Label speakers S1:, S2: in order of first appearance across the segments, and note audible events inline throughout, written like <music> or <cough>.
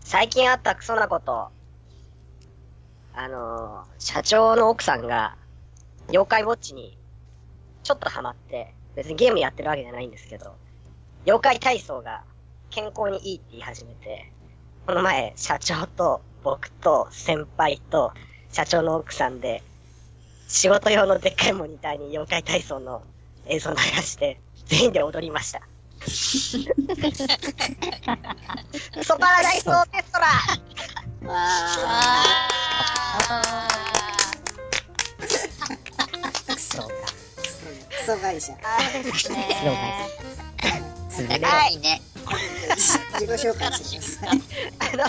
S1: 最近あったクソなこと、あのー社長の奥さんが、妖怪ウォッチに、ちょっとハマって、別にゲームやってるわけじゃないんですけど、妖怪体操が健康にいいって言い始めて、この前、社長と僕と先輩と社長の奥さんで、仕事用のでっかいモニターに妖怪体操の映像流して、全員で踊りました。クソパラダイスオーケストラ
S2: クソがクソ会社
S3: ね
S2: クソ会社
S3: え。
S2: 潰れ
S3: 高いね。
S2: 自己紹介してください
S1: あの、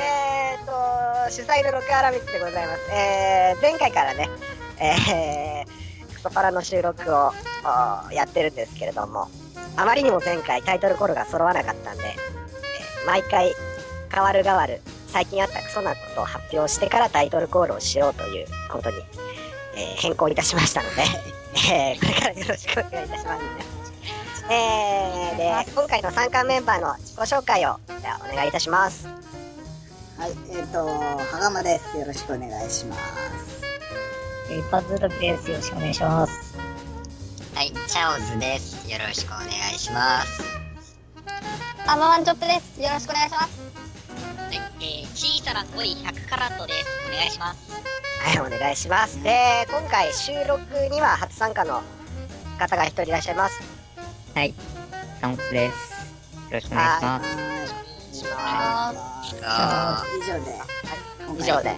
S1: えー、と、主催の六原光でございます。えー、前回からね、えー、クソパラの収録をあーやってるんですけれども、あまりにも前回タイトルコールが揃わなかったんで、えー毎回変わる変わる最近あったクソなことを発表してからタイトルコールをしようということに、えー変更いたしましたので、 <laughs> えーこれからよろしくお願いいたします。えー、で今回の参加メンバーの自己紹介をじゃあお願いいたします。
S2: はいえっ、ー、と羽釜ですよろしくお願いします
S4: 一発ずつです。よろしくお願いします。
S3: はい、チャオズです。よろしくお願いします。
S5: アマワンチョップです。よろしくお願いします。
S3: はい、えー、小さな恋100カラットです。お願いします。
S1: はい、お願いします。で、今回収録には初参加の方が一人いらっしゃいます。
S4: サンプです。よろしくお願いし
S2: は
S4: ます。
S2: い
S5: あ
S3: あ
S2: 以上
S1: 以
S2: で
S1: 上で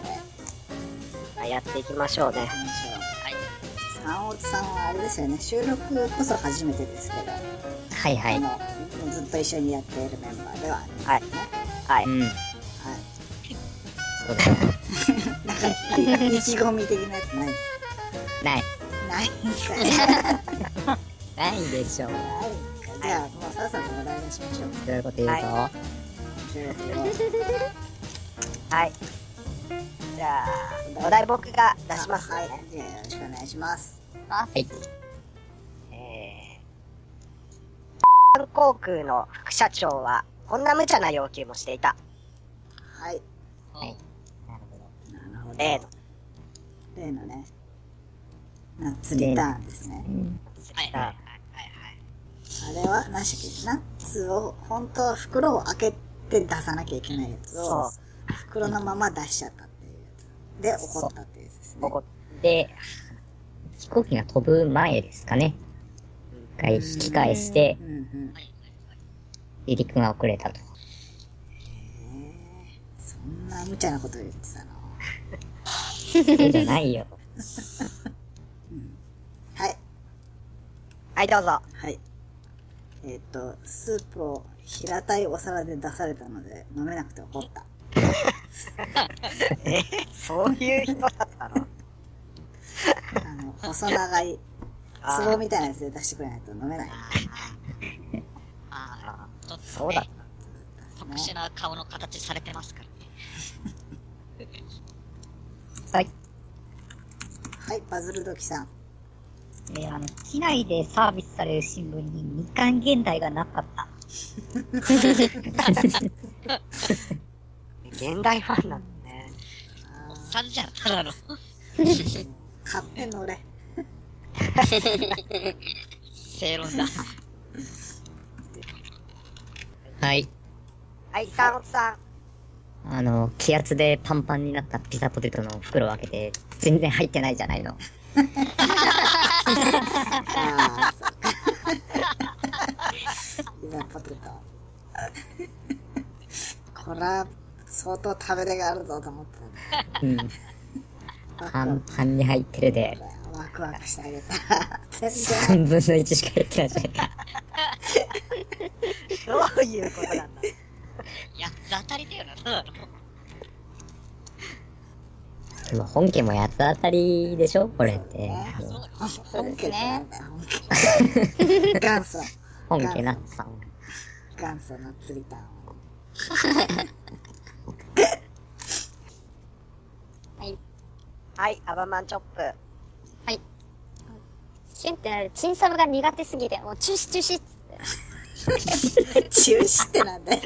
S1: はいやっていきましょうね。
S3: はい。
S2: 三落さんはあれですよね収録こそ初めてですけど、
S4: はいは
S2: あ
S4: い。
S2: のずっと一緒にやっているメンバーではありますね
S1: はいはい。
S4: うん。
S2: は
S4: そうだ。
S2: いなん <laughs> か意気込み的なやつない
S4: ない。
S2: ないんかい
S4: ないでしょう。
S2: はいじゃあもうさっさとお題出しましょう
S4: そういうこと言うぞ。
S1: は
S2: 収録を
S1: はい。じゃあ、お題僕が出します
S2: はい
S1: ね。
S2: じゃあよろしくお願いします
S4: はい。
S1: えー、韓航空の副社長は、こんな無茶な要求もしていた。
S2: はい
S4: はい。なるほど。
S2: なるほど
S1: 例の。
S2: 例のね夏リターンですね
S3: はい。
S1: は
S3: はいい。
S2: あれは何でしたっけ夏を本当は袋を開けて出さなきゃいけないやつを
S1: そ
S2: 袋のまま出しちゃったっていうやつで怒ったっていうやつですね
S1: 怒っ
S4: で、飛行機が飛ぶ前ですかね。一回引き返して
S2: う、んうん
S4: 離陸が遅れた
S3: <laughs>
S4: と。
S2: そんな無茶なこと言ってたの
S4: そうじゃないよ。
S2: はい
S1: はい、どうぞ。
S2: はいえっ、とスープを平たいお皿で出されたので飲めなくて怒った
S1: そういう人だったの
S2: あの細長い
S1: あ
S2: 壺 <laughs>
S1: ー
S2: みたいなやつで出してくれないと飲めない
S3: あーちょっと、
S1: そうだっ
S3: 特殊な顔の形されてますからね。
S4: はい。
S2: はいバズルドキさん
S4: えーあの、機内でサービスされる新聞に日刊現代がなかった。
S1: た。現代ファンなんだね。
S3: おっさんじゃん、ただの。
S2: 買って乗れ
S3: 正論だ。
S4: <laughs> はい。
S1: はい、三本さん。
S4: あの、気圧でパンパンになったピザポテトの袋を開けて、全然入ってないじゃないの。
S2: ああそうかピザポテトこれは相当食べれがあるぞと思って
S4: うん。
S2: た
S4: パ
S2: ね
S4: ンパンに入ってるで、
S2: ワクワクしてあげた全
S1: <laughs>
S2: 然
S4: 3分の1しか入ってないじゃないか。
S1: どういうことなんだ
S3: いや、ザタリだよな、ただの。
S4: でも本家も八つ当たりでしょこれって。あ
S3: そう
S4: の
S3: だ
S2: 本家
S3: よ。
S2: なんだよ本家元祖
S4: 本家なさん。
S2: 元祖の釣りタン
S1: はい、アバマンチョップ。
S5: キュンってなる。チンサブが苦手すぎて、もう中止中止っつって。
S2: 中止ってなんだよ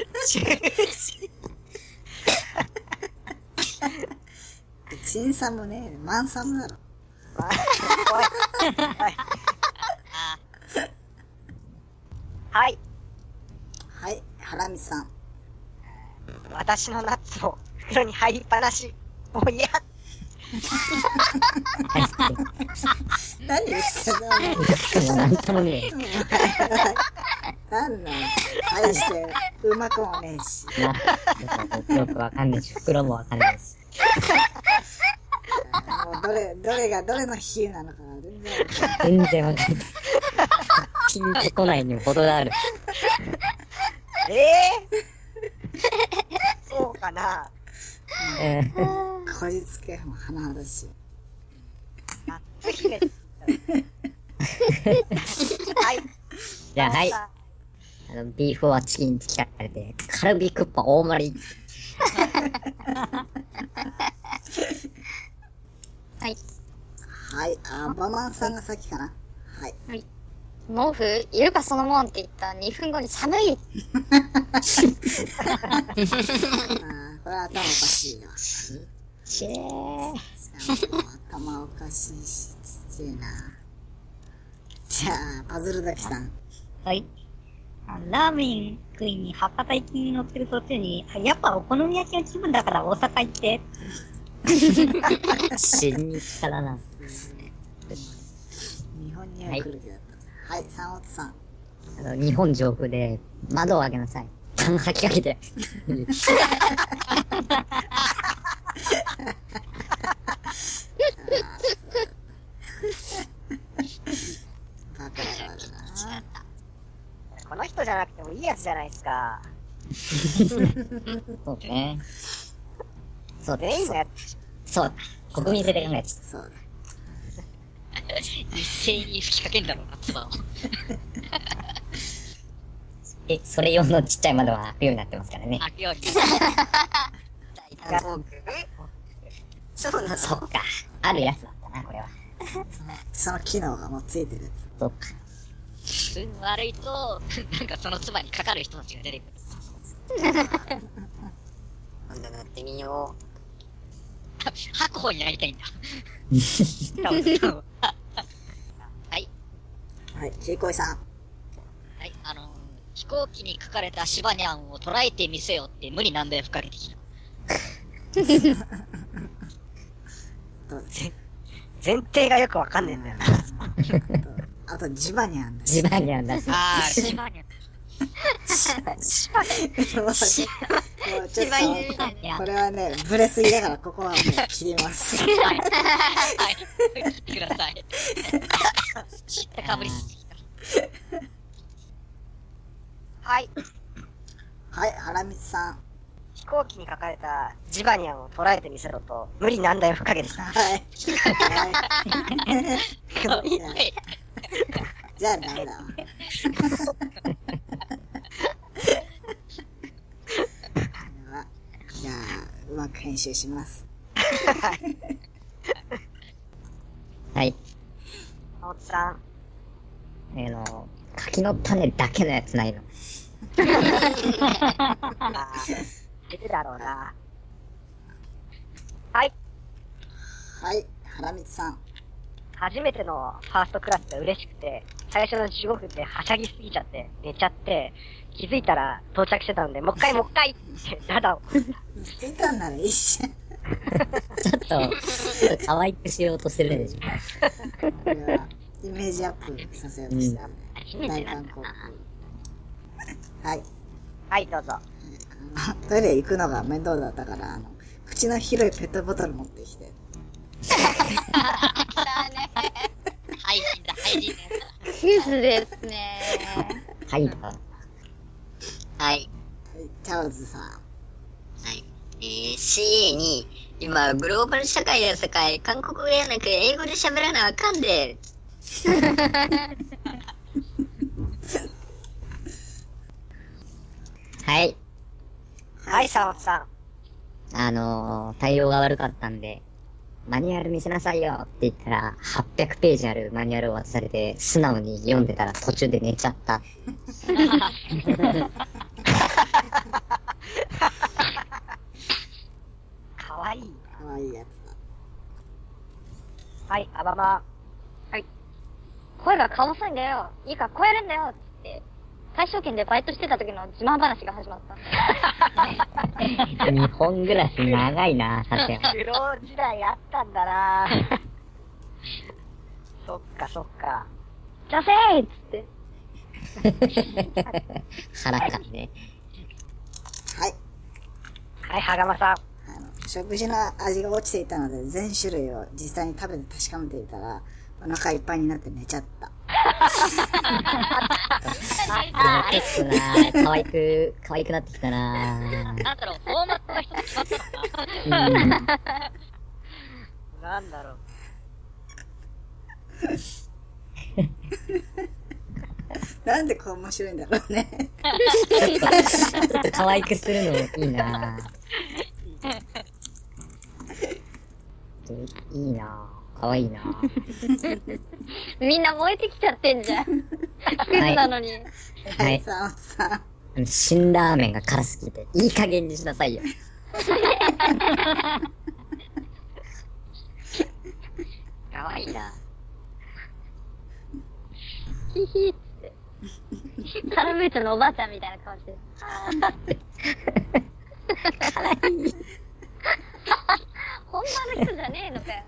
S2: 新さんもね、満さんもだろ。
S1: まあおいおい <laughs>
S3: あ
S1: はい。
S2: はい、原光さん。
S1: 私のナッツを袋に入りっぱなし。もう嫌。
S4: 大好きで。
S2: 何言ってんの
S4: しかもなんともね
S2: なんなん大してうまくもねえし。
S4: えな。よくわかんないし、袋もわかんないし。
S2: もうどれ、どれがどれの比喩なのかな全然。
S4: 全然わかんない。ピンとこないにも程がある。
S1: ええそうかな。
S4: うん。
S2: こじつけも甚だしい。
S1: ナッツ姫。はい。
S4: じゃあ、はい。あの、ビーフはチキンチキタカレーで、カルビクッパ大盛り。
S5: はい。
S2: はい、あ、バマンさんが先かな。はい。
S5: 毛布いるかそのもんって言った2分後に寒い
S2: あーこれは頭おかしいな。
S5: ちえー。
S2: 頭おかしいし、ちっちゃいな。じゃあ、パズルだきさん。
S6: はい。あラーメン食いに博多行きに乗ってる途中に、あやっぱお好み焼きの気分だから大阪行って、
S4: <laughs> 死にからな。
S2: 日本には来る気だった。はい、三つさん。
S4: あの、日本上空で、窓を開けなさい。パン吐きかけて。
S2: バカだからな。
S1: この人じゃなくてもいいやつじゃないですか。
S4: そうね。そうで
S1: 全員
S4: す
S1: の。やつ。
S4: そう。国民性で考えて
S2: そうだ。
S3: ー一斉に吹きかけんだろうな、唾を。
S4: <laughs> え、それ用のちっちゃい窓は開くようになってますからね。
S3: 開くように。
S1: が僕
S4: そうなそっか。あるやつだったな、これは。
S2: その機能がもうついてるやつ。
S4: そっか。
S3: 運悪いと、 <laughs> なんかその唾にかかる人たちが出てくる。
S1: 今度乗ってみよ
S3: 吐く方になりたい
S4: <laughs>
S3: んだ。多分多分はい。
S2: はい、ちいこいさん。
S3: はい。あのー、飛行機に書かれたシバニャンを捉えてみせよって無理難題吹かけてきた。
S2: どうです
S1: う。前提がよくわかんねえんだよな。
S2: あと、ジバニャンだ。
S4: ジバニャンだし。
S3: ああ、シバニャン。
S2: もうちょっと、これはね、ブレス入れから、ここはもう切ります。
S3: はい。はい。切ってくだ
S4: <laughs>
S3: さい。知ったかぶりしてきた。
S1: はい。
S2: はい、原光さん。
S1: 飛行機に書かれたジバニャンを捉えてみせろと、無理難題を吹っかけてきた。
S2: はい。はい
S3: はい。
S2: じゃあ、ダメだわ。あれはじゃあ、うまく編集します。
S4: はい。
S1: 青津さん。
S4: あの、柿の種だけのやつないの。
S1: あ出るだろうな。はい。
S2: はい、原光さん。
S1: 初めてのファーストクラスが嬉しくて、最初の15分ではしゃぎすぎちゃって、寝ちゃって、気づいたら到着してたので、もう一回もう一回って、 <laughs> ダダを。
S2: 言ってたんならいいじゃん。
S4: ちょっと、ちょっと可愛くしようとしてるでしょ。
S2: これはイメージアップさせようとしたね。大韓航空。はい。
S1: はい、どうぞ。
S2: あのトイレ行くのが面倒だったから、あの、口の広いペットボトル持ってきて。
S3: 配信だ、配信だ。
S5: クズですね。
S4: はい。あ
S7: はい。
S2: はいチャオズさん。
S7: はい。えー、CA に、今、グローバル社会やさかい、韓国語やなく英語で喋らなあかんで。
S4: <laughs> はい。
S1: はい、沢津さん。
S4: あのー、対応が悪かったんで、マニュアル見せなさいよって言ったら、800ページあるマニュアルを渡されて、素直に読んでたら途中で寝ちゃった。
S1: かわいい。
S2: かわいいやつだ。
S5: はい、アバマ。はい。声がかもすんだよ。いいか、超えるんだよ。って、大賞券でバイトしてた時の自慢話が始まった。
S4: 日本暮らし長いな、さて。
S1: 苦労時代あったんだ <laughs> なそっかそっか。
S5: 女性っつって。
S4: 腹かね。
S2: はい。
S1: はい、はがまさん。
S2: あの、食事の味が落ちていたので、全種類を実際に食べて確かめていたら、お腹いっぱいになって寝ちゃった。 <laughs>
S4: あー、結構な、可愛く、可愛くなってきたな。
S3: なんだろう、フォーマットが一つ決まったのか
S4: うん。
S1: なんだろう。
S2: なんでこう面白いんだろうね。
S4: ちょっと可愛くするのいいな。いいな。可愛いな。
S5: みんな燃えてきちゃってんじゃん。クイズなのに。
S4: は
S2: <laughs> はい、
S4: い。
S2: さあ、おつさん。
S4: 辛ラーメンが辛すぎて、いい加減にしなさいよ。
S3: かわいいな。
S5: ヒヒっつって。カラムーチョのおばあちゃんみたいな顔してる。かわいい。本場の人じゃねえのかよ。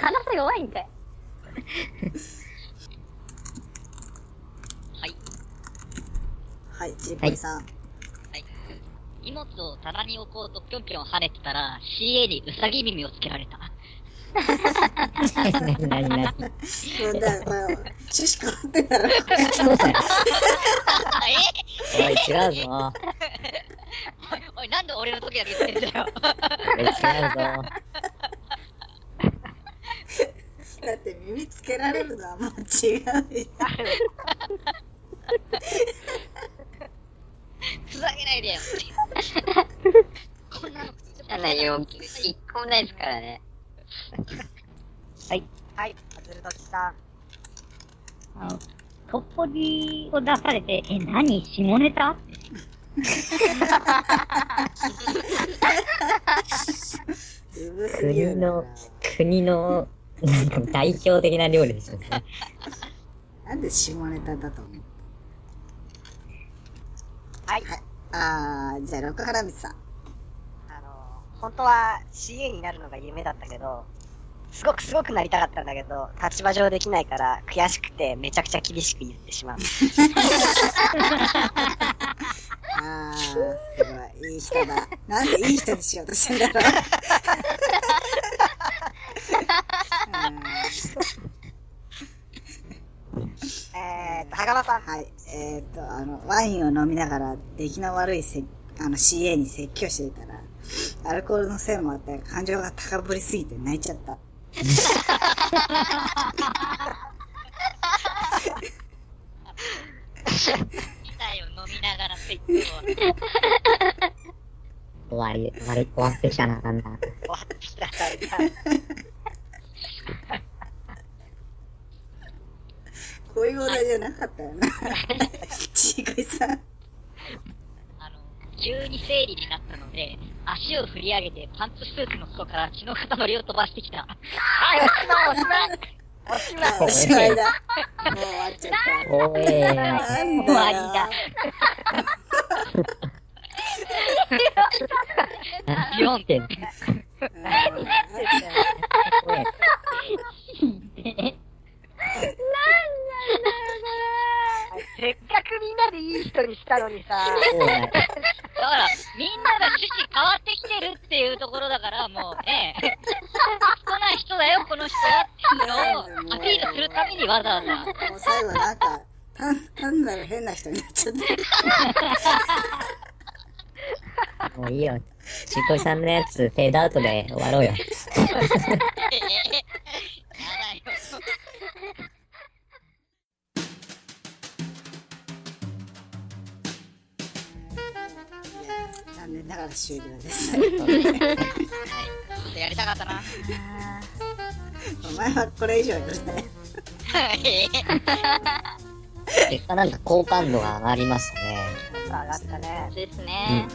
S5: 辛さ弱いんかよ。
S3: はい。
S2: はい、ジーパイさん。
S3: はい。荷物を棚に置こうとぴょんぴょん跳ねてたら、CA にウサギ耳をつけられた。
S4: 何何何
S2: そうだよ、これ、趣旨変わってんだろ。 <laughs>
S4: そうだよ。
S3: え
S4: おい、違うぞ。
S3: おい、なんで俺の時だけ言ってんだよ。
S4: おい、違うぞ。
S2: だって耳つけられるのはもう違う <laughs> よ。
S3: ふざけないでよ。こんなの口じ
S7: じゃないよ、一個もないですからね。
S1: はい、はずるときさん。
S6: あの、トッポギを出されて、え、何下ネタって
S2: うぶすぎ
S4: 国
S2: るな
S4: の。、国の、なんか代表的な料理ですよね。
S2: なんで下ネタだと思う
S1: はい。
S2: あー、じゃあ、六原光さん。
S1: あの、本当は CA になるのが夢だったけど、すごくすごくなりたかったんだけど、立場上できないから悔しくてめちゃくちゃ厳しく言ってしまう。
S2: あー、すごい。いい人
S6: <laughs>
S2: だ。なんでいい人にしようとしてんだろう。
S1: えーっと、はがまさん。
S2: はい。えっ、と、あの、ワインを飲みながら、出来の悪いせあの CA に説教していたら、アルコールのせいもあって、感情が高ぶりすぎて泣いちゃった。
S3: 見たよ、飲みながらスイッチを。
S4: 終わり、終わり、終わってきたな、だんだん。
S1: 終わってきたから。
S2: こういう問題じゃなかったよな。ちいこいさん。
S6: <laughs>
S3: あの、急に生理になったので、足を振り上げてパンツスーツの裾から血の塊を飛ばしてきた。
S2: おしまいだ。もう終わっちゃっ
S4: おえ
S6: <laughs>
S2: た。なんだよ
S6: 終わりだ。
S3: ビヨンって。
S2: うん
S4: おえ
S1: せっかくみんなでいい人にしたのにさ、
S4: おえ
S3: だから、みんなが趣旨変わってきてるっていうところだから、もうね、少ない人だよ、この人はっていうのをアピールするためにわざわざ。
S2: もう最後なんか、単単なる変な人になっちゃった。
S4: もういいよ。ちこいさんのやつ、フェードアウトで終わろうよ。
S3: ええやだよ。
S2: 残念ながら終了です。
S3: ちょっとやりたかったな。
S2: お前はこれ以上やるね。
S3: ええ
S4: 結果なんか好感度が上がりましたね。
S1: 上がったね。
S5: ですね。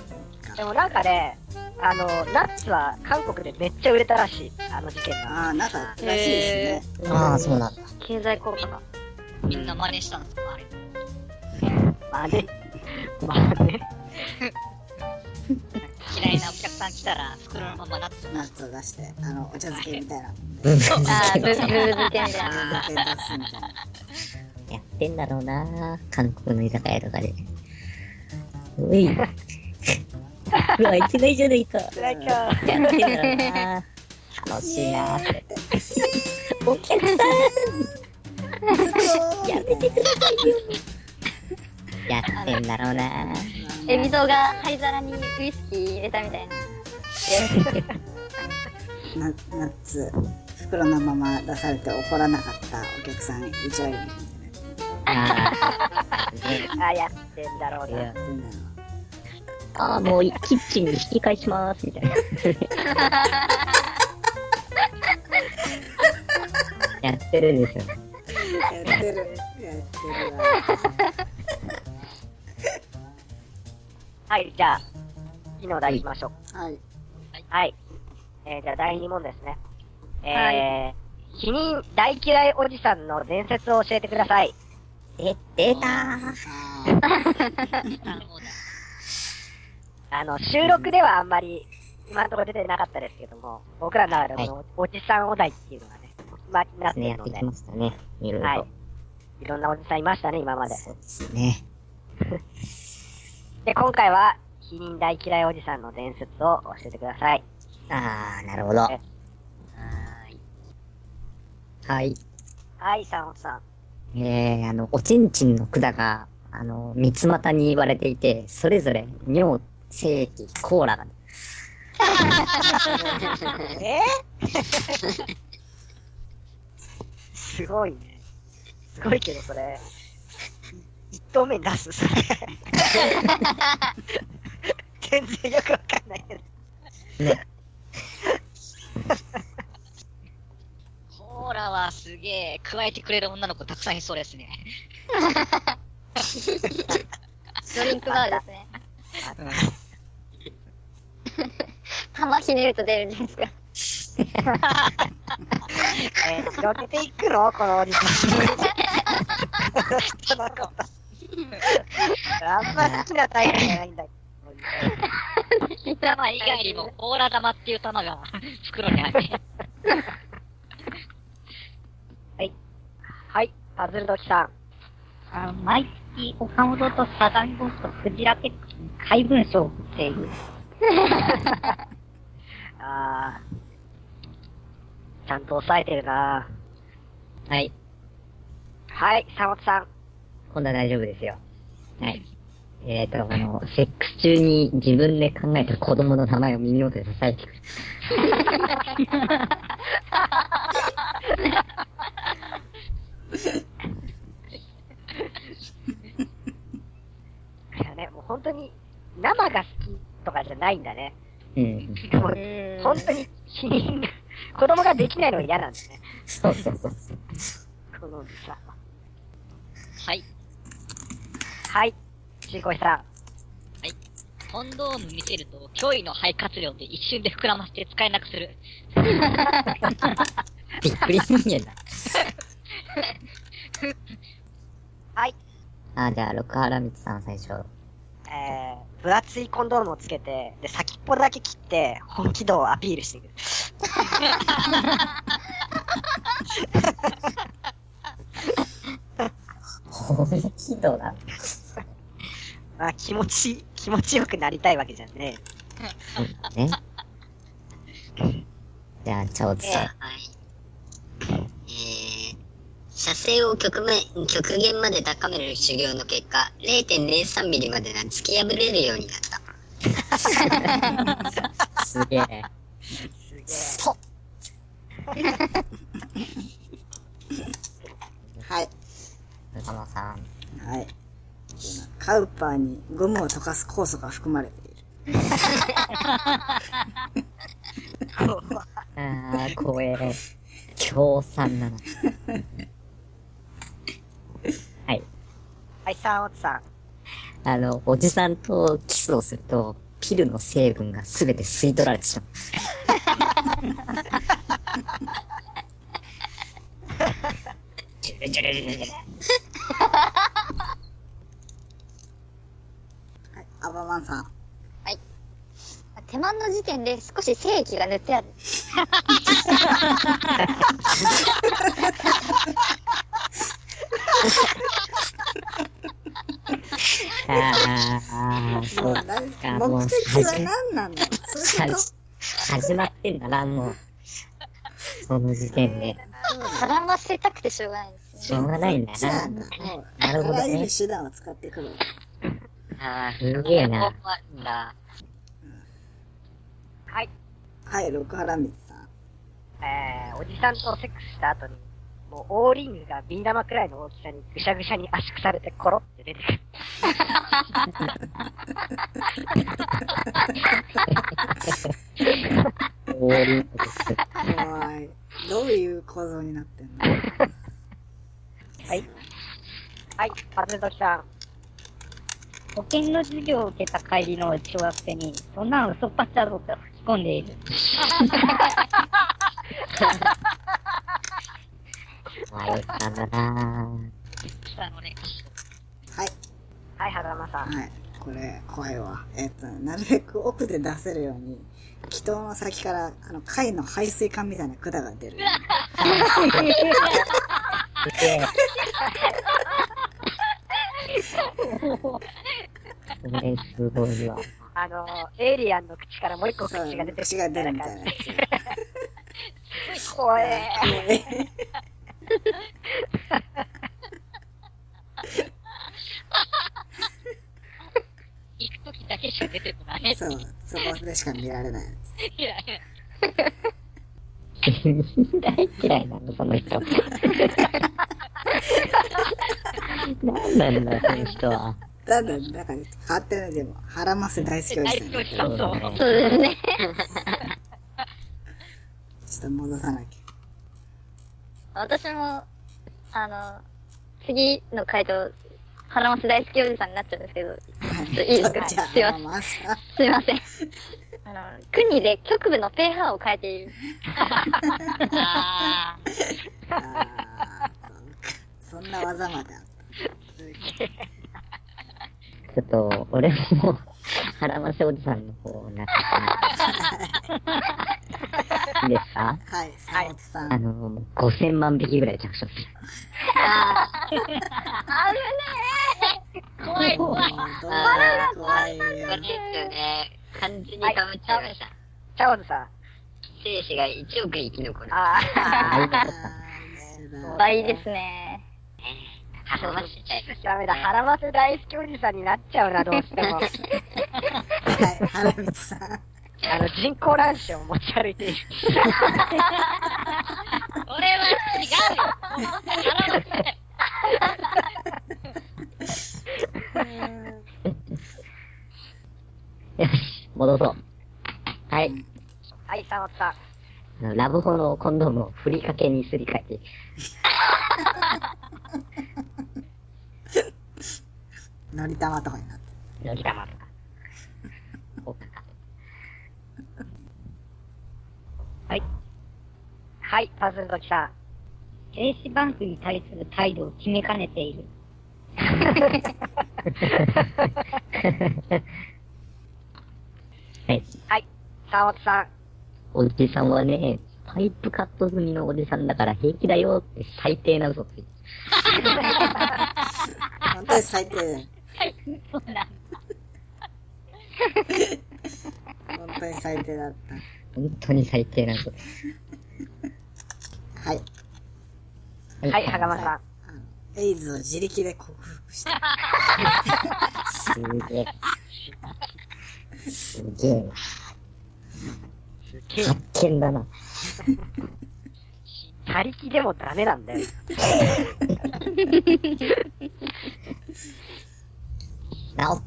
S2: 頑
S1: でもなんかね、あの、ナッツは韓国でめっちゃ売れたらしい。あの事件が。
S2: ああ、なんか、らしいですね。
S4: ああ、そうなんだ。
S5: 経済効果が。
S3: みんな真似したんですか、あれ。
S1: まあね。まあね。
S3: 嫌いなお客さん来たら、袋のままなって
S2: ナッツを出して、あの、お茶漬けみたいな。
S4: ブーブー
S5: ああ、
S4: 漬
S5: ブーブー漬け
S2: <laughs>
S5: みたいな。
S2: お茶漬け出すみたいな。
S4: けやってんだろうな韓国の居酒屋とかで。おい。うわ、一ないじゃないか。や
S1: なんか、
S4: ってんだろうな楽しいなって。お客さん
S2: やめてくだ
S4: やってんだろうな
S5: エビゾが灰皿にウイスキー入れたみたいな。
S2: ナッツ、袋のまま出されて怒らなかったお客さん1割み
S4: あ
S1: あやってんだろう
S4: ーい
S1: な。
S4: やあー、もうキッチンに引き返します、みたいな。やってるんですよ。
S2: やってる。やってるわ。
S1: はい、じゃあ、次のお題行きましょう。
S2: はい。
S1: はい。えー、じゃあ第2問ですね。えー、否認大嫌いおじさんの伝説を教えてください。
S4: で、出たー。
S2: あー
S3: なるほど。
S1: あの、収録ではあんまり、今のところ出てなかったですけども、僕らの中でも、おじさんお題っていうのがね、まあ、になって
S4: ね、や
S1: る
S4: っ
S1: ので、
S4: てきましたね。いろいろ。
S1: はい。いろんなおじさんいましたね、今まで。
S4: そうですね。
S1: で、今回は、否認大嫌いおじさんの伝説を教えてください。
S4: あー、なるほど。は
S1: え
S4: ーい。はい。
S1: はい、サンさん。
S4: えー、あの、おちんちんの管が、あの、三つ股に言われていて、それぞれ、尿、精液、コーラが、
S1: え <laughs> すごいね。すごいけど、それ。一投目に出す、それ。全然よくわかんないけど。
S3: コーラはすげえ、加えてくれる女の子たくさんいそうですね。
S5: ドリンクバーですね。玉ひねると出るんですか。
S1: えー、広げていくのこのおじさん。 <laughs> 人の <laughs> ことあんま好きなタイプじゃないんだけど。
S3: 玉以外にも、コーラ玉っていう玉が袋に入って、
S1: はい、パズルドキさん。
S6: あの毎月、岡本とサザンゴとクジラペットに怪文書を送っている。
S1: あー。ちゃんと抑えてるな
S4: はい。
S1: はい、サモトさん。
S4: 今度は大丈夫ですよ。はい。えーと、あの、セックス中に自分で考えた子供の名前を耳元で叩いてくる。
S1: いやね、もう本当に、生が好きとかじゃないんだね。
S4: うん。
S1: もう
S5: うん
S1: 本当に、死人が、子供ができないのが嫌なんですね。
S4: そうそうそうそう。
S1: このおじさんは。
S3: はい。
S1: はい、ちいこいさん。
S3: コンドーム見せると、脅威の肺活量で一瞬で膨らませて使えなくする。
S4: びっくり人間だ。
S1: はい。
S4: あー、じゃあ、六原光さん最初。
S1: えー、分厚いコンドームをつけて、で、先っぽだけ切って、本気度をアピールしていく。
S4: 本気度だ。
S1: まあ、気持ち、気持ちよくなりたいわけじゃねえ。
S4: ね。じゃあ、チャオツさん。
S7: えー射精を極面極限まで高める修行の結果、0.03ミリまでが突き破れるようになった。
S4: <laughs> すげえ。
S1: す
S2: はい。
S4: 中野さん。
S2: はい。カウパーにゴムを溶かす酵素が含まれている。
S4: あー、怖え。共産だな。はい。
S1: げえ。はい、さんおつさん。
S4: あの、おじさんとキスをすると、ピルの成分が全て吸い取られてしまう。ジュルジュルジュルジュル
S2: アバマンさん。
S5: 手間の時点で少し精液が塗ってある。
S4: あーあー、そう
S2: もうだい
S4: か、もう
S2: 目的は何なんだそういうこ
S4: 始始まってんだな、もう。その時点で。
S5: 絡ませたくてしょうがないですね。
S4: しょうがないんだ
S2: とじゃあ
S4: な。
S2: な、もう、
S4: なるほ
S2: あ
S4: ど
S2: らゆる
S4: ね。
S2: 手段を使ってくる。
S4: ああ、すげえな。
S7: だ。
S2: はい、六原光さん。
S1: えー、おじさんとセックスした後に、もう、オーリングがビー玉くらいの大きさにぐしゃぐしゃに圧縮されてコロって出てくる。
S4: オーリンピックス
S2: 怖い。どういう構造になってんの
S1: はい、パズドキさん。
S6: 保険の授業を受けた帰りの小学生に、そんなの嘘っぱちだぞって吹き込んでいる。
S4: 迷ったんだな。
S3: したのね。
S2: はい。
S1: はい、はだまさん。
S2: はい。これ、怖いわ。えっと、なるべく奥で出せるように、気筒の先から、あの、貝の排水管みたいな管が出
S4: <laughs>
S2: る。
S4: これすごいわ。
S1: あのー、エイリアンの口からもう一個口
S2: そ
S1: が
S2: う
S1: 出てる。
S2: 口が出るみたいなやつ。
S1: 怖えー。
S3: 行くときだけしか出てこない。
S2: そう、そこでしか見られないやつ。
S3: いやいや
S4: 大嫌いなの、その人。なんなんだ、この人は。
S2: だんだん、だから、変わってない、でも、腹ませ大好きおじさん。ちょ
S3: 大丈夫
S5: そう
S3: だ
S5: ですね。
S2: っと戻さなきゃ。
S5: 私も、あの、次の回答、腹マス大好きおじさんになっちゃうんですけど、
S2: はい
S5: いいですか
S2: じゃあ、
S5: すいません
S2: ママさん
S5: すいま
S8: <laughs>
S5: せん。あの、国で局部の pH を変えている。
S3: あー
S2: あーそうかそんな技まであっ
S4: ちょっと、俺ももう、腹ませおじさんの方になってしまういいですか
S2: た。はい、サ本さん。
S4: あの、5000万匹ぐらい着床する。
S3: 怖い怖い。
S2: どうだろう怖いよ。
S7: これですよね。完全にかぶっちゃいました。
S1: チャオズさん。
S7: 精子が1億生き残る。
S1: ああ、
S2: あ
S4: <laughs>
S2: ー一緒だ
S5: 倍ですね。
S7: はましちゃいました。
S1: ダメだ。腹ませ大好きおじさんになっちゃうな、どうしても。
S2: はい、原光さん。
S1: あの、人工卵子を持ち歩いている。
S3: 俺は違うよ。腹立つね
S4: よし、戻そう。はい。
S1: はい、サモさん。
S4: あのラブホのコンドームをふりかけにすり替えていく。
S2: <laughs> のり玉とかになって
S4: のり玉とか。おかか
S1: はい、パズルドキさん。
S6: 精子バンクに対する態度を決めかねている。
S4: はい。
S1: サモさん。
S4: おじさんはね、パイプカット済みのおじさんだから平気だよって最低な嘘ついて。
S2: る。本当に最低だよ。
S3: そうなん
S2: 本当に最低だった。
S4: 本当に最低な嘘。
S2: はい。
S1: はい、はがまさん。
S2: エイズを自力で克服した。
S4: すげえ。すげえな。発見だな。
S1: 他力でもダメなんだよ。
S4: 治っ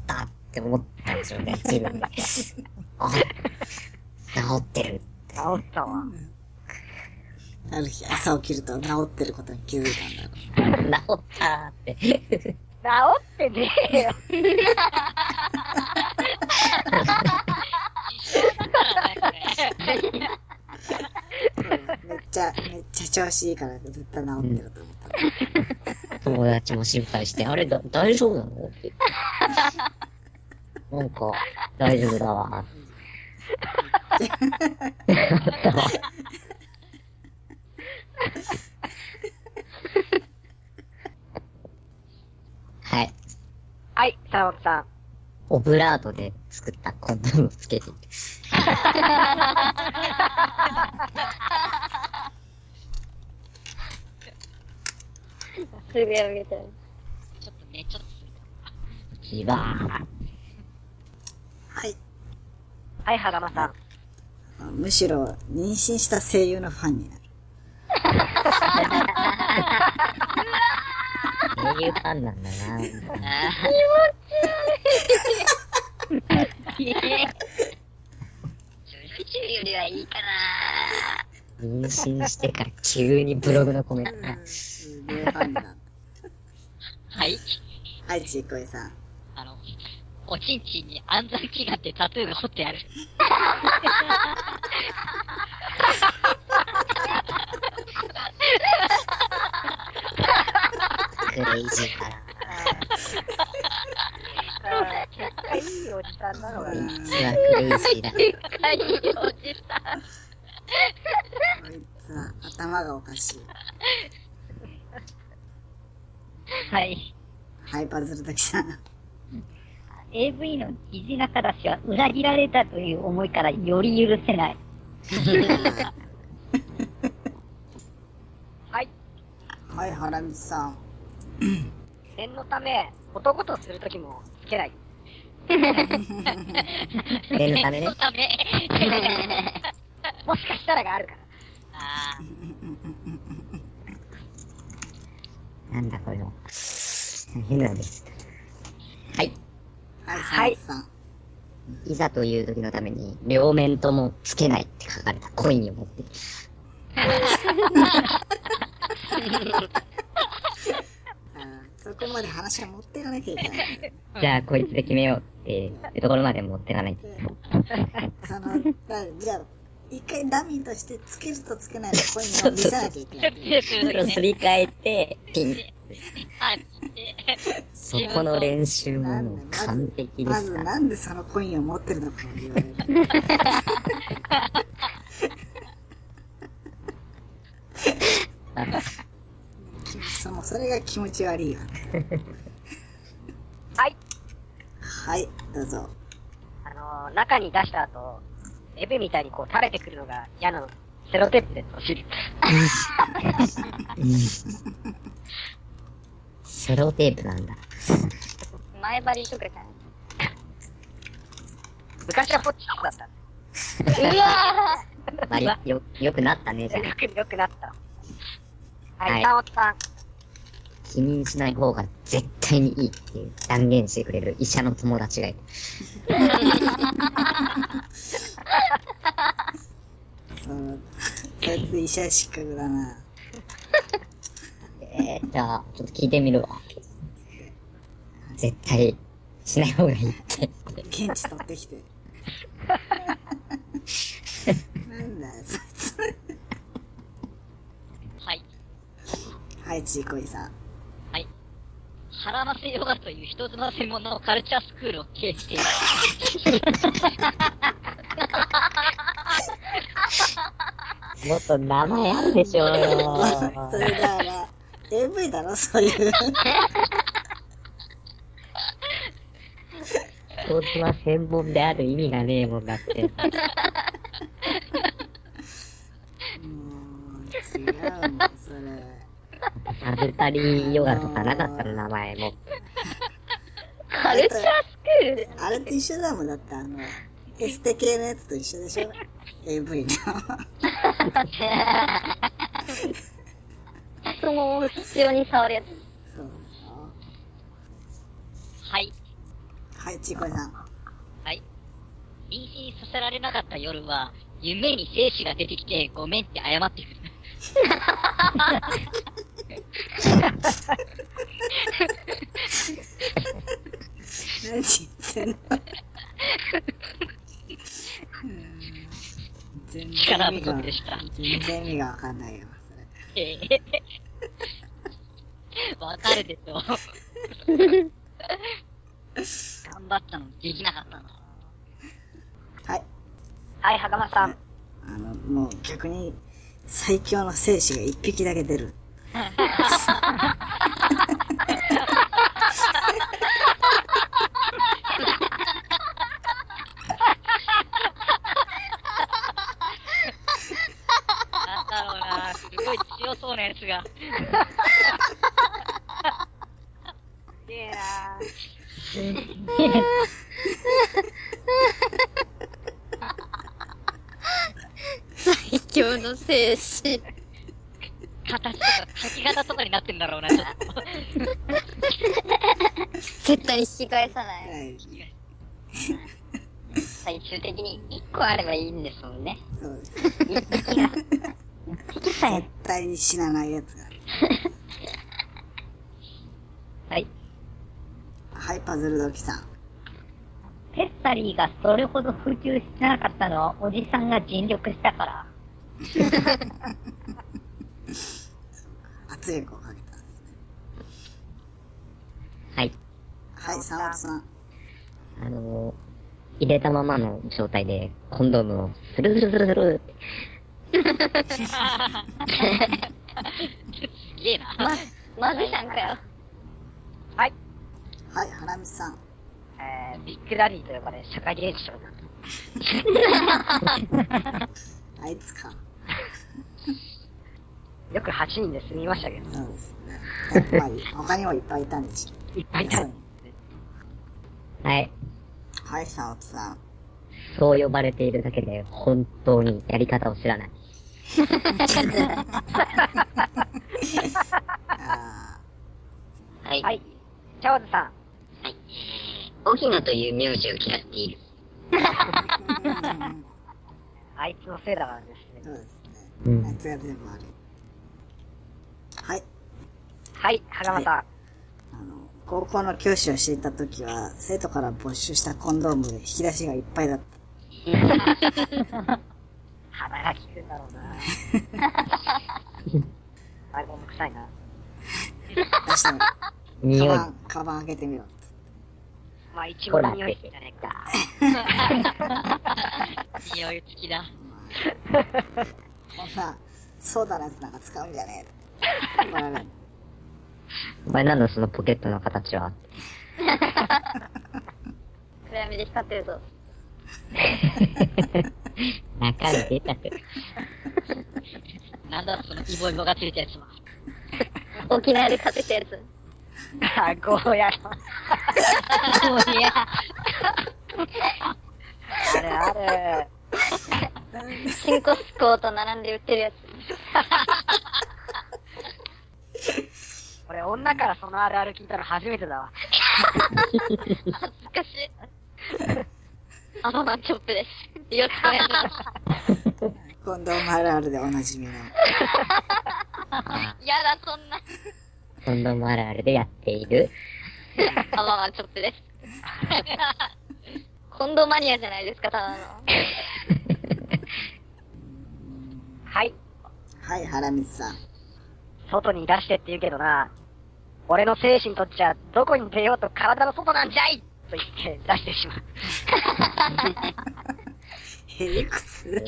S4: たって思ったんでしょうね、自分で。あ、治ってる。
S1: サモさんは。
S2: ある日朝起きると治ってることに気づいたんだろ
S4: 治ったーって。
S1: 治ってねえよ。
S2: 調子いいからずっと治ってると思った。
S4: 友達も心配して、あれだ、大丈夫なのって。なんか、大丈夫だわ。 <laughs> はい。
S1: はい、山本さん。
S4: オブラートで作ったコンドームをつけていて。
S5: すぐやめてる。
S3: ちょっとね、ちょっとする
S4: ジバーン
S2: はい。
S1: はい、はがまさん。
S2: むしろ、妊娠した声優のファンになる。
S4: そう <laughs> いうファンなんだな。
S7: 40よりはいいかな
S4: 妊娠してから急にブログのコメントが。
S2: すげえファンになる。
S3: はい。
S2: はい、ちいこいさん。
S3: あの、おちんちんに暗算祈願ってタトゥーが彫ってある。
S4: <laughs> クレイジーだな。
S1: 結果いいおじさんなのがな。
S4: 実はクレイジーだ。
S5: はい、おじさん。
S2: こいつは頭がおかしい。
S6: はい。
S2: はい、パズルだけさん。
S6: AV の疑似仲出しは裏切られたという思いからより許せない。
S2: はい、ハラミツさん。
S1: 念のため、男とするときもつけない。
S4: 念のため
S6: <laughs>
S4: ね
S3: の。ため。
S1: もしかしたらがあるから。
S3: あー
S4: なんだこれも。変なんです。はい。
S2: はい、サンさん。
S4: いざという時のために、両面ともつけないって書かれたコインを持って、
S2: あーそこまで話は持っていかなきゃいけ <laughs> ない。
S4: じゃあこいつで決めようっていうところまで持ってかないと。
S2: その、だじゃあ、一回ダミーとしてつけるとつけないとコインを見せなきゃいけない。
S3: 手するとき
S4: す
S3: ね。
S4: り替えて、ピン。
S3: あで
S4: そこの練習ももう完璧で
S2: ますず
S4: から。
S2: なんでそのコインを持ってるのかを言われる。 <laughs> そのそれが気持ち悪いわ。
S1: はい。
S2: はい、どうぞ。
S1: あのー、中に出した後、エビみたいにこう垂れてくるのが嫌なの。セロテープで閉じる。
S4: セロテープなんだ。
S5: 前張りとかじゃない。
S1: 昔はポッチコだったん
S4: まあ、よ、よよくなったね、じゃあ
S1: で。よく、よくなった。は、
S4: はいい
S1: 山本さん。
S4: 否認しない方が絶対にいいっていう断言してくれる医者の友達がいる。
S2: その、そいつ医者失格だな。
S4: えー、じゃあ、ちょっと聞いてみるわ。絶対、しない方がいいって。
S2: 現地取ってきて。なんだよ、そいつ。
S3: はい。
S2: はい、ちいこいさん。
S3: 腹ませヨガという人妻専門のカルチャースクールを経営している。
S4: もっと名前あるでしょうよ。
S2: それだから、AV だろ、そう <laughs> いう。
S4: 人妻専門である意味がねえもんだって。
S2: もう、違うもん、それ。
S4: サブタリーヨガとかなかったの名前も。
S2: カルチャー
S5: スクール
S2: あれと一緒だもん、だってあの、エステ系のやつと一緒でしょ ?AV の。
S5: その必要に触るやつ。
S2: そう
S3: はい。
S2: はい、ちいこいさん。
S3: 妊娠させられなかった夜は、夢に精子が出てきて、ごめんって謝ってくる。
S2: 何言ってんのうーん全然意味が
S3: 力不足でした
S2: 全然意味がわかんないよ、それ。
S3: へへ <laughs> わかるでしょ。
S1: <laughs>
S3: 頑張ったのにできなかったんだ。
S2: はい。
S5: はい、袴さん。
S2: あの、もう逆に最強の精子が一匹だけ出る。
S3: なんだろうな、すごい強そうなやつが。
S5: すげえな
S8: 最強の精神。
S3: 形とか、書き方とかになってんだろうな、ちょっと。
S8: 絶対に引き返さない。
S2: はい。
S7: 最終的に1個あればいいんですもんね。
S2: そうです。
S5: ぁ。さえ
S2: 絶対に死なないやつが。
S6: はい。
S2: はい、パズルドキさん。
S6: ペッタリーがそれほど普及してなかったのはおじさんが尽力したから。
S2: 圧力をかけたんですね。
S4: はい。
S2: はい、沢本さん。
S4: あのー、入れたままの状態で、コンドームをスルスルスルスルって
S3: すげえな。
S5: まずさんかよ。
S2: はい、原道さん。
S1: えー、ビッグダディと呼ばれ、社会現象になった。
S2: あいつか。
S1: よく8人で済みましたけど、
S2: そうですね。やっぱり、他にもいっぱいいたんでしょ。
S1: いっぱいいた。
S4: はい。
S2: はい、沢本さん。
S4: そう呼ばれているだけで、本当にやり方を知らない。
S2: あ
S7: はい。
S5: はい。チャオズさん。
S7: 沖野という名字を嫌っている。
S2: ーうん
S1: あいつのせいだからですね。
S2: そうですね。
S4: うん
S2: あいつが全部悪い。はい。
S1: はい、はがま
S2: あの、高校の教師をしていた時は、生徒から没収したコンドームで引き出しがいっぱいだった。
S1: 鼻が利くんだろうなあれも臭いな。
S2: 出してみろ。
S4: 匂い。
S2: カバン、カバン開けてみろ。
S1: まあ、一
S4: ほ
S1: 応
S4: ら
S1: 匂いするんじゃねえか。
S3: 匂い好きだ。
S2: こんな、ソーダのやつなんか使うんじゃねえ。怒られる
S4: お前なんだそのポケットの形は。
S5: 暗闇で光ってるぞ。
S4: 中に出たく。
S3: なんだそのイボイボがついたやつは。
S5: 沖縄で買ってきたやつ。
S1: あ、ゴーヤの。
S3: そういや、
S1: <laughs> あれあれ。
S5: チンコスコーと並んで売ってるやつ。
S1: 俺、女からそのあるある聞いたの初めてだわ。
S5: 懐かしい。アママンチョップです。よろしくお願いしま
S2: コンドームあるあるでおなじみの。
S5: す。やだ、そ <laughs> んな。
S4: コンドームあるあるでやっている。
S5: アママンチョップ <laughs> です。コンドマニアじゃないですか、ただの。
S1: はい、
S2: はい、原光さん。
S1: 外に出してって言うけどな。俺の精神とっちゃ、どこに出ようと体の外なんじゃいと言って出してしまう。
S2: へりくつ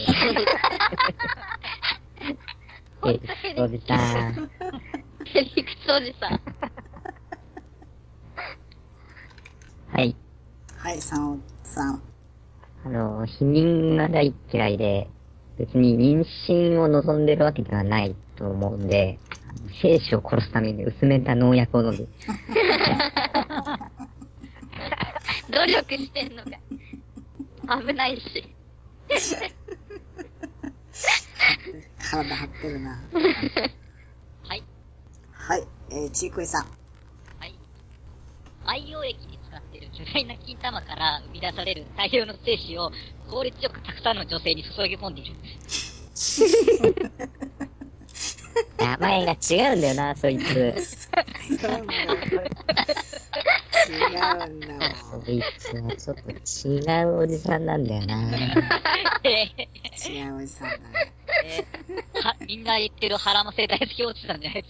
S4: え、おじさん。
S5: ヘリクスおじさん。
S4: はい。
S2: はい、沢本さん。
S4: あの、否認が大嫌いで、別に妊娠を望んでるわけではないと思うんで、あの精子を殺すために薄めた農薬を飲
S7: <laughs>
S4: んで、
S5: 努力してんのか。危ないし。
S2: 体張ってるな。
S3: <laughs> はい。
S2: はい、えー、ちいこいさ
S3: <laughs>
S2: ん。
S3: 培養液に使っている巨大な金玉から生み出される大量の精子を効率よくたくさんの女性に注ぎ込んでいる。
S4: 名前が違うんだよな、そいつ。
S2: そうなんだよ違うんだもん。
S4: そいつはちょっと違うおじさんなんだよな。
S3: え
S2: 違うおじさんだ
S3: ーはみんな言ってる腹の世代好き落ちたんじゃないで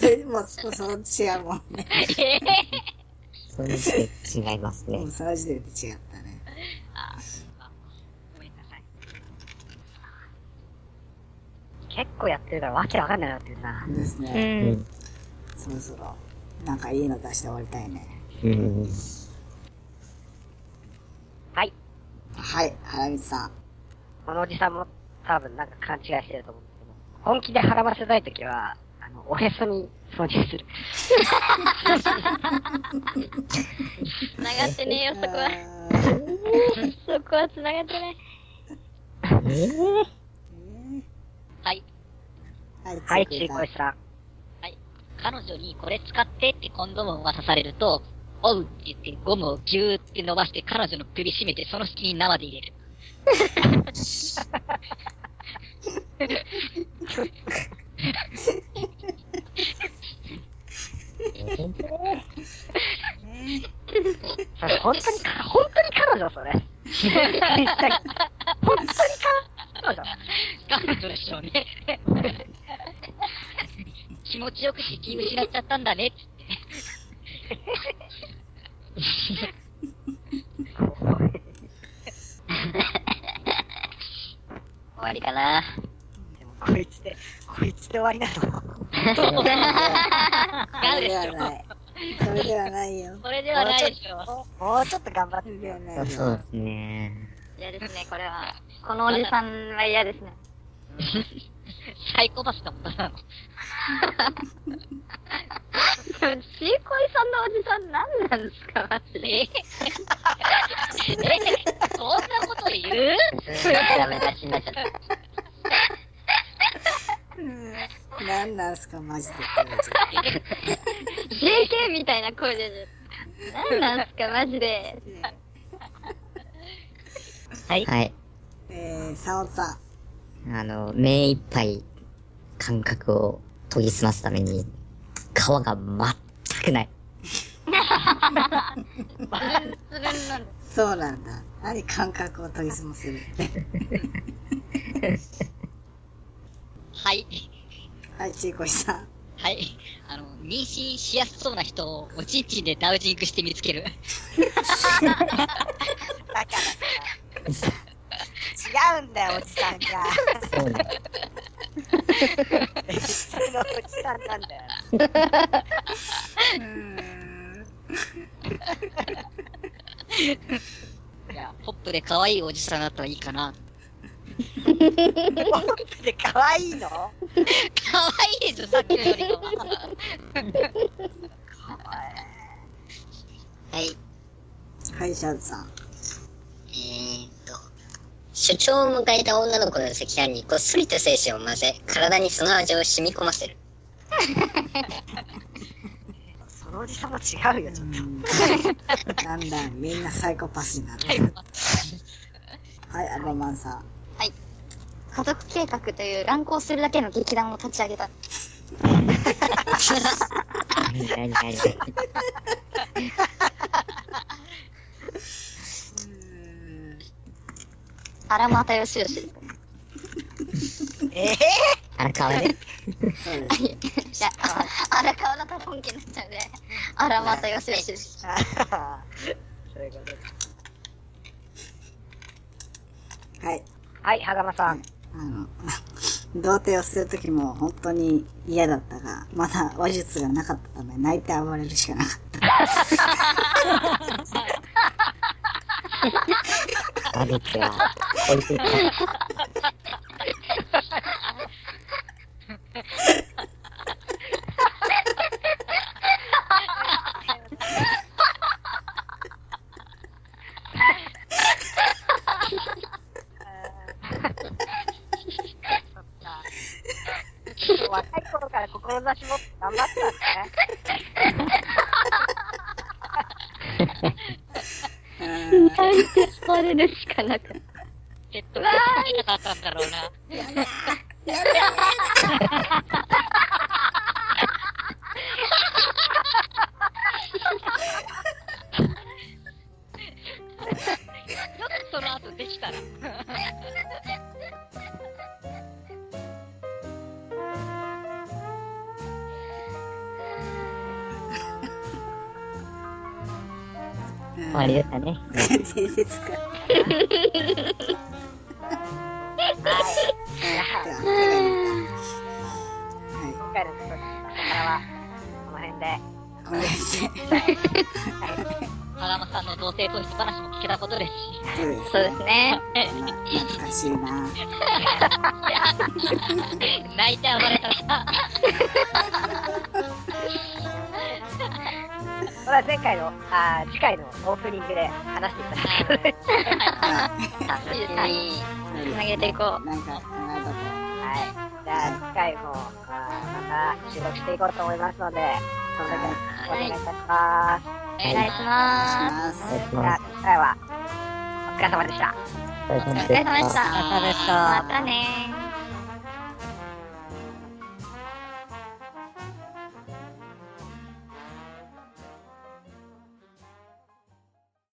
S2: <laughs>
S3: か。
S2: ね。もう、そ、その違うもんね。
S3: えー
S4: その時点で違います
S2: も
S4: ね
S2: う、。その時点で違ったね。
S3: ああごめんなさい。結構やってるからわけわかんなくなってるな。
S2: です
S5: う
S2: ね。
S5: <laughs> ん。
S2: そろそろ、なんかいいの出して終わりたいね。
S4: うん。
S1: はい。
S2: はい、原光さん。
S1: このおじさんも多分なんか勘違いしてると思うんですけど、本気で腹ばせたいときは、あの、おへそに掃除する。
S5: 繋がってねえよ、そこは。
S2: あー
S5: そこは繋がってない。
S3: はい。
S2: はい、
S1: はい、
S2: つ
S1: 中
S2: いてた
S1: 古屋さん。
S3: 彼女にこれ使ってってコンドームを渡されると、おうって言ってゴムをギューって伸ばして彼女の首絞めてその隙に生で入れる。
S1: それ本当に、本当に彼女それ。本当に彼女。
S3: 彼女でし <laughs> ょうね。気持ちよく引き失っちゃったんだね <laughs> って
S5: 終わりかな。
S1: でもこいつで、こいつで終わりなの。
S2: それではない。それではないよ。
S3: それではないでしょう。
S1: もうちょっと頑張っ
S2: そ
S1: て
S2: れではない
S4: あ
S2: よ。
S4: そうですね。
S5: 嫌ですね、これは。このおじさんは嫌ですね。
S3: サイコパスだもんな。
S5: シーコイさんのおじさん何なんですか、マジで。
S3: え、そんなこと言う
S7: ダメ出しになっちゃった。
S2: なんなんすか、マジで。
S5: JK みたいな声で。何なんすか、マジ <laughs> で。
S4: はい。はい。
S2: <laughs> えー、サオさ
S4: あの、目いっぱい感覚を研ぎ澄ますために、皮が全くない。
S5: それなん
S2: ん。 <laughs> そうなんだ。何感覚を研ぎ澄ませるって。
S3: はい。
S2: はい、ちいこいさん。
S3: はい。あの、妊娠しやすそうな人をおちんちんでダウジングして見つける。
S1: だから違うんだよ、おじさんが。
S4: そうね。
S1: 普通のおじさんなんだよ。
S3: いや、ポップで可愛いおじさんだったらいいかな。
S1: ポッ <laughs> プで可愛いの
S3: 可愛いですよ、さっきのよりかは。
S7: はい。
S2: はい、シャズさん。
S7: えーっと、所長を迎えた女の子の赤飯にこっそりと精子を混ぜ、体にその味を染み込ませる。
S1: そのおじさんも違う <laughs> よ、ちょっと。
S2: だんだんみんなサイコパスになってる。はい、アロマンさん。
S5: 家族計画という乱行するだけの劇団を立ち上げた。
S4: 何何何
S5: 荒俣義義です。
S1: ええ
S4: あ、かわい
S2: そ
S4: い。
S2: うです。
S5: いや、荒川だと本気になっちゃうんで、荒俣義義です。
S1: ー。そういうことで
S2: はい。
S1: はい、はがまさん。
S2: あの、童貞をするときも本当に嫌だったが、まだ話術がなかったため泣いて暴れるしかなかっ
S4: あるっては、置いていった。
S1: 若い頃から志持って頑張ってたんだね。
S2: た。うん。
S5: 壊れるしかなく
S3: ペットが食べたかったんだろうな。したら。
S4: 終わりですかね。
S2: 伝説か。はい。あ、は
S1: 今回のちょっとこからは、この辺で。
S2: い。これで、
S3: ハラマさんの同性ポイント話も聞けたことですし。
S2: そうです
S5: そうですね。
S2: 懐かしいな。
S3: 泣いて暴れたら。
S1: これは前回の、あー次回のオープニングで話していただきます。
S5: 楽しみにつなげていこ
S2: なんか、なんか
S1: はい。じゃあ、次回も、あーまた収録していこうと思いますので、その時はお願いいたします。
S5: う。お願
S2: とし
S5: いしま
S2: ます。
S4: お願いし
S1: じゃ
S4: ま
S1: あ
S4: す。、
S1: 今回は、お疲れ様でした。
S4: お疲れ様
S5: す。お疲れ様でした。
S9: またでした
S5: またねー。